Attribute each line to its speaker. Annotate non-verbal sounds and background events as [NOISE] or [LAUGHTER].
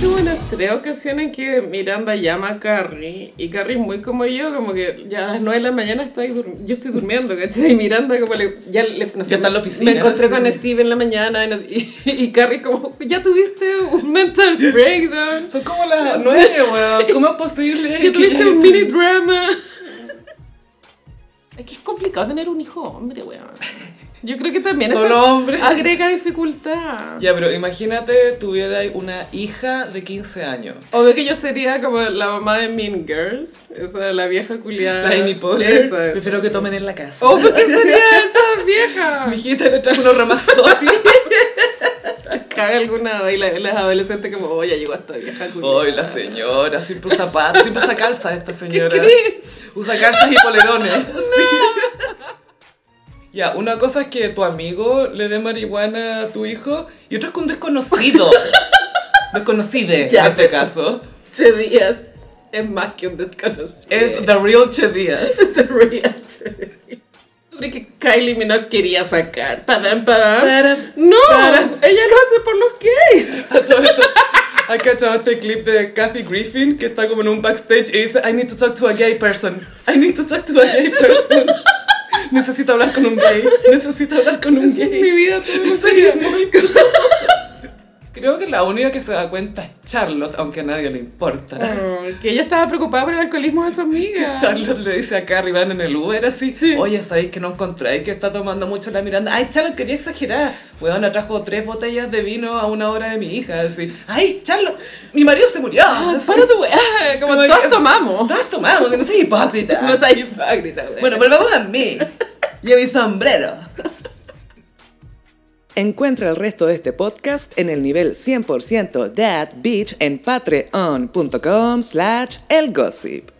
Speaker 1: como en las tres ocasiones que Miranda llama a Carrie y Carrie es muy como yo, como que ya a las 9 de la mañana estoy dur- yo estoy durmiendo, ¿cachai? Y Miranda como le, ya, le- no sé,
Speaker 2: Ya está en la oficina,
Speaker 1: Me encontré
Speaker 2: sí.
Speaker 1: con Steve en la mañana y, no sé- y, y Carrie como, ya tuviste un mental breakdown,
Speaker 2: Son como las nueve, weón. ¿Cómo es posible?
Speaker 1: ya tuviste un mini drama. Es que es complicado tener un hijo hombre, weón. Yo creo que también
Speaker 2: Solo
Speaker 1: eso
Speaker 2: hombre.
Speaker 1: agrega dificultad.
Speaker 2: Ya, pero imagínate tuviera una hija de 15 años.
Speaker 1: Obvio que yo sería como la mamá de Mean Girls, esa la vieja culiada.
Speaker 2: La Amy Poehler.
Speaker 1: Esa, esa.
Speaker 2: Prefiero que tomen en la casa. Oh,
Speaker 1: Obvio que sería esa
Speaker 2: [LAUGHS]
Speaker 1: vieja.
Speaker 2: Mi hijita le trajo
Speaker 1: [LAUGHS]
Speaker 2: unos ramazotti.
Speaker 1: Caga alguna y la- las adolescentes como, oye, llegó esta vieja culiada.
Speaker 2: Ay, la señora, siempre usa zapatos, siempre usa calzas esta señora.
Speaker 1: cringe.
Speaker 2: Usa calzas y
Speaker 1: [LAUGHS]
Speaker 2: polerones. Sí. Ya, una cosa es que tu amigo le dé marihuana a tu hijo y otra es que
Speaker 1: [LAUGHS]
Speaker 2: un desconocido. Desconocide,
Speaker 1: Ya,
Speaker 2: en este
Speaker 1: pero-
Speaker 2: caso.
Speaker 1: Che Díaz es más que un desconocido.
Speaker 2: Es The Real Che Díaz.
Speaker 1: Es the real Che Díaz. ¿Tú crees que Kylie Minogue quería sacar? Padam, padam.
Speaker 2: Para-
Speaker 1: No,
Speaker 2: Para.
Speaker 1: ella lo hace por los gays.
Speaker 2: ¿Has cachado este clip de Kathy Griffin que está como en un backstage y dice I need to talk to a gay person? I need to talk to a gay person. Necesito hablar con un gay. Necesito hablar con un
Speaker 1: Esa es mi
Speaker 2: gay.
Speaker 1: vida, todo lo
Speaker 2: Sí,
Speaker 1: que- [LAUGHS]
Speaker 2: es muy- [LAUGHS] Creo que la única que se da cuenta es Charlotte, aunque a nadie le importa.
Speaker 1: Oh, que ella estaba preocupada por el alcoholismo de su
Speaker 2: [LAUGHS]
Speaker 1: amiga.
Speaker 2: Charlotte le dice acá arriba en el Uber así,
Speaker 1: Sí.
Speaker 2: oye, ¿sabéis que no encontráis que está tomando mucho la Miranda? Ay, Charlotte, quería exagerar. Weona, trajo tres botellas de vino a una hora de mi hija, así. Ay, Charlotte, mi marido se murió.
Speaker 1: Ah,
Speaker 2: Así.
Speaker 1: para tu weá, [LAUGHS] como
Speaker 2: Como
Speaker 1: todos
Speaker 2: que-
Speaker 1: tomamos.
Speaker 2: Todas tomamos, que no seas hipócrita.
Speaker 1: No seas hipócrita, güey.
Speaker 2: bueno, volvamos a [LAUGHS] mí. Y a mi sombrero. Encuentra el resto de este podcast en el nivel 100% That Beach en patreon.com slash elgossip.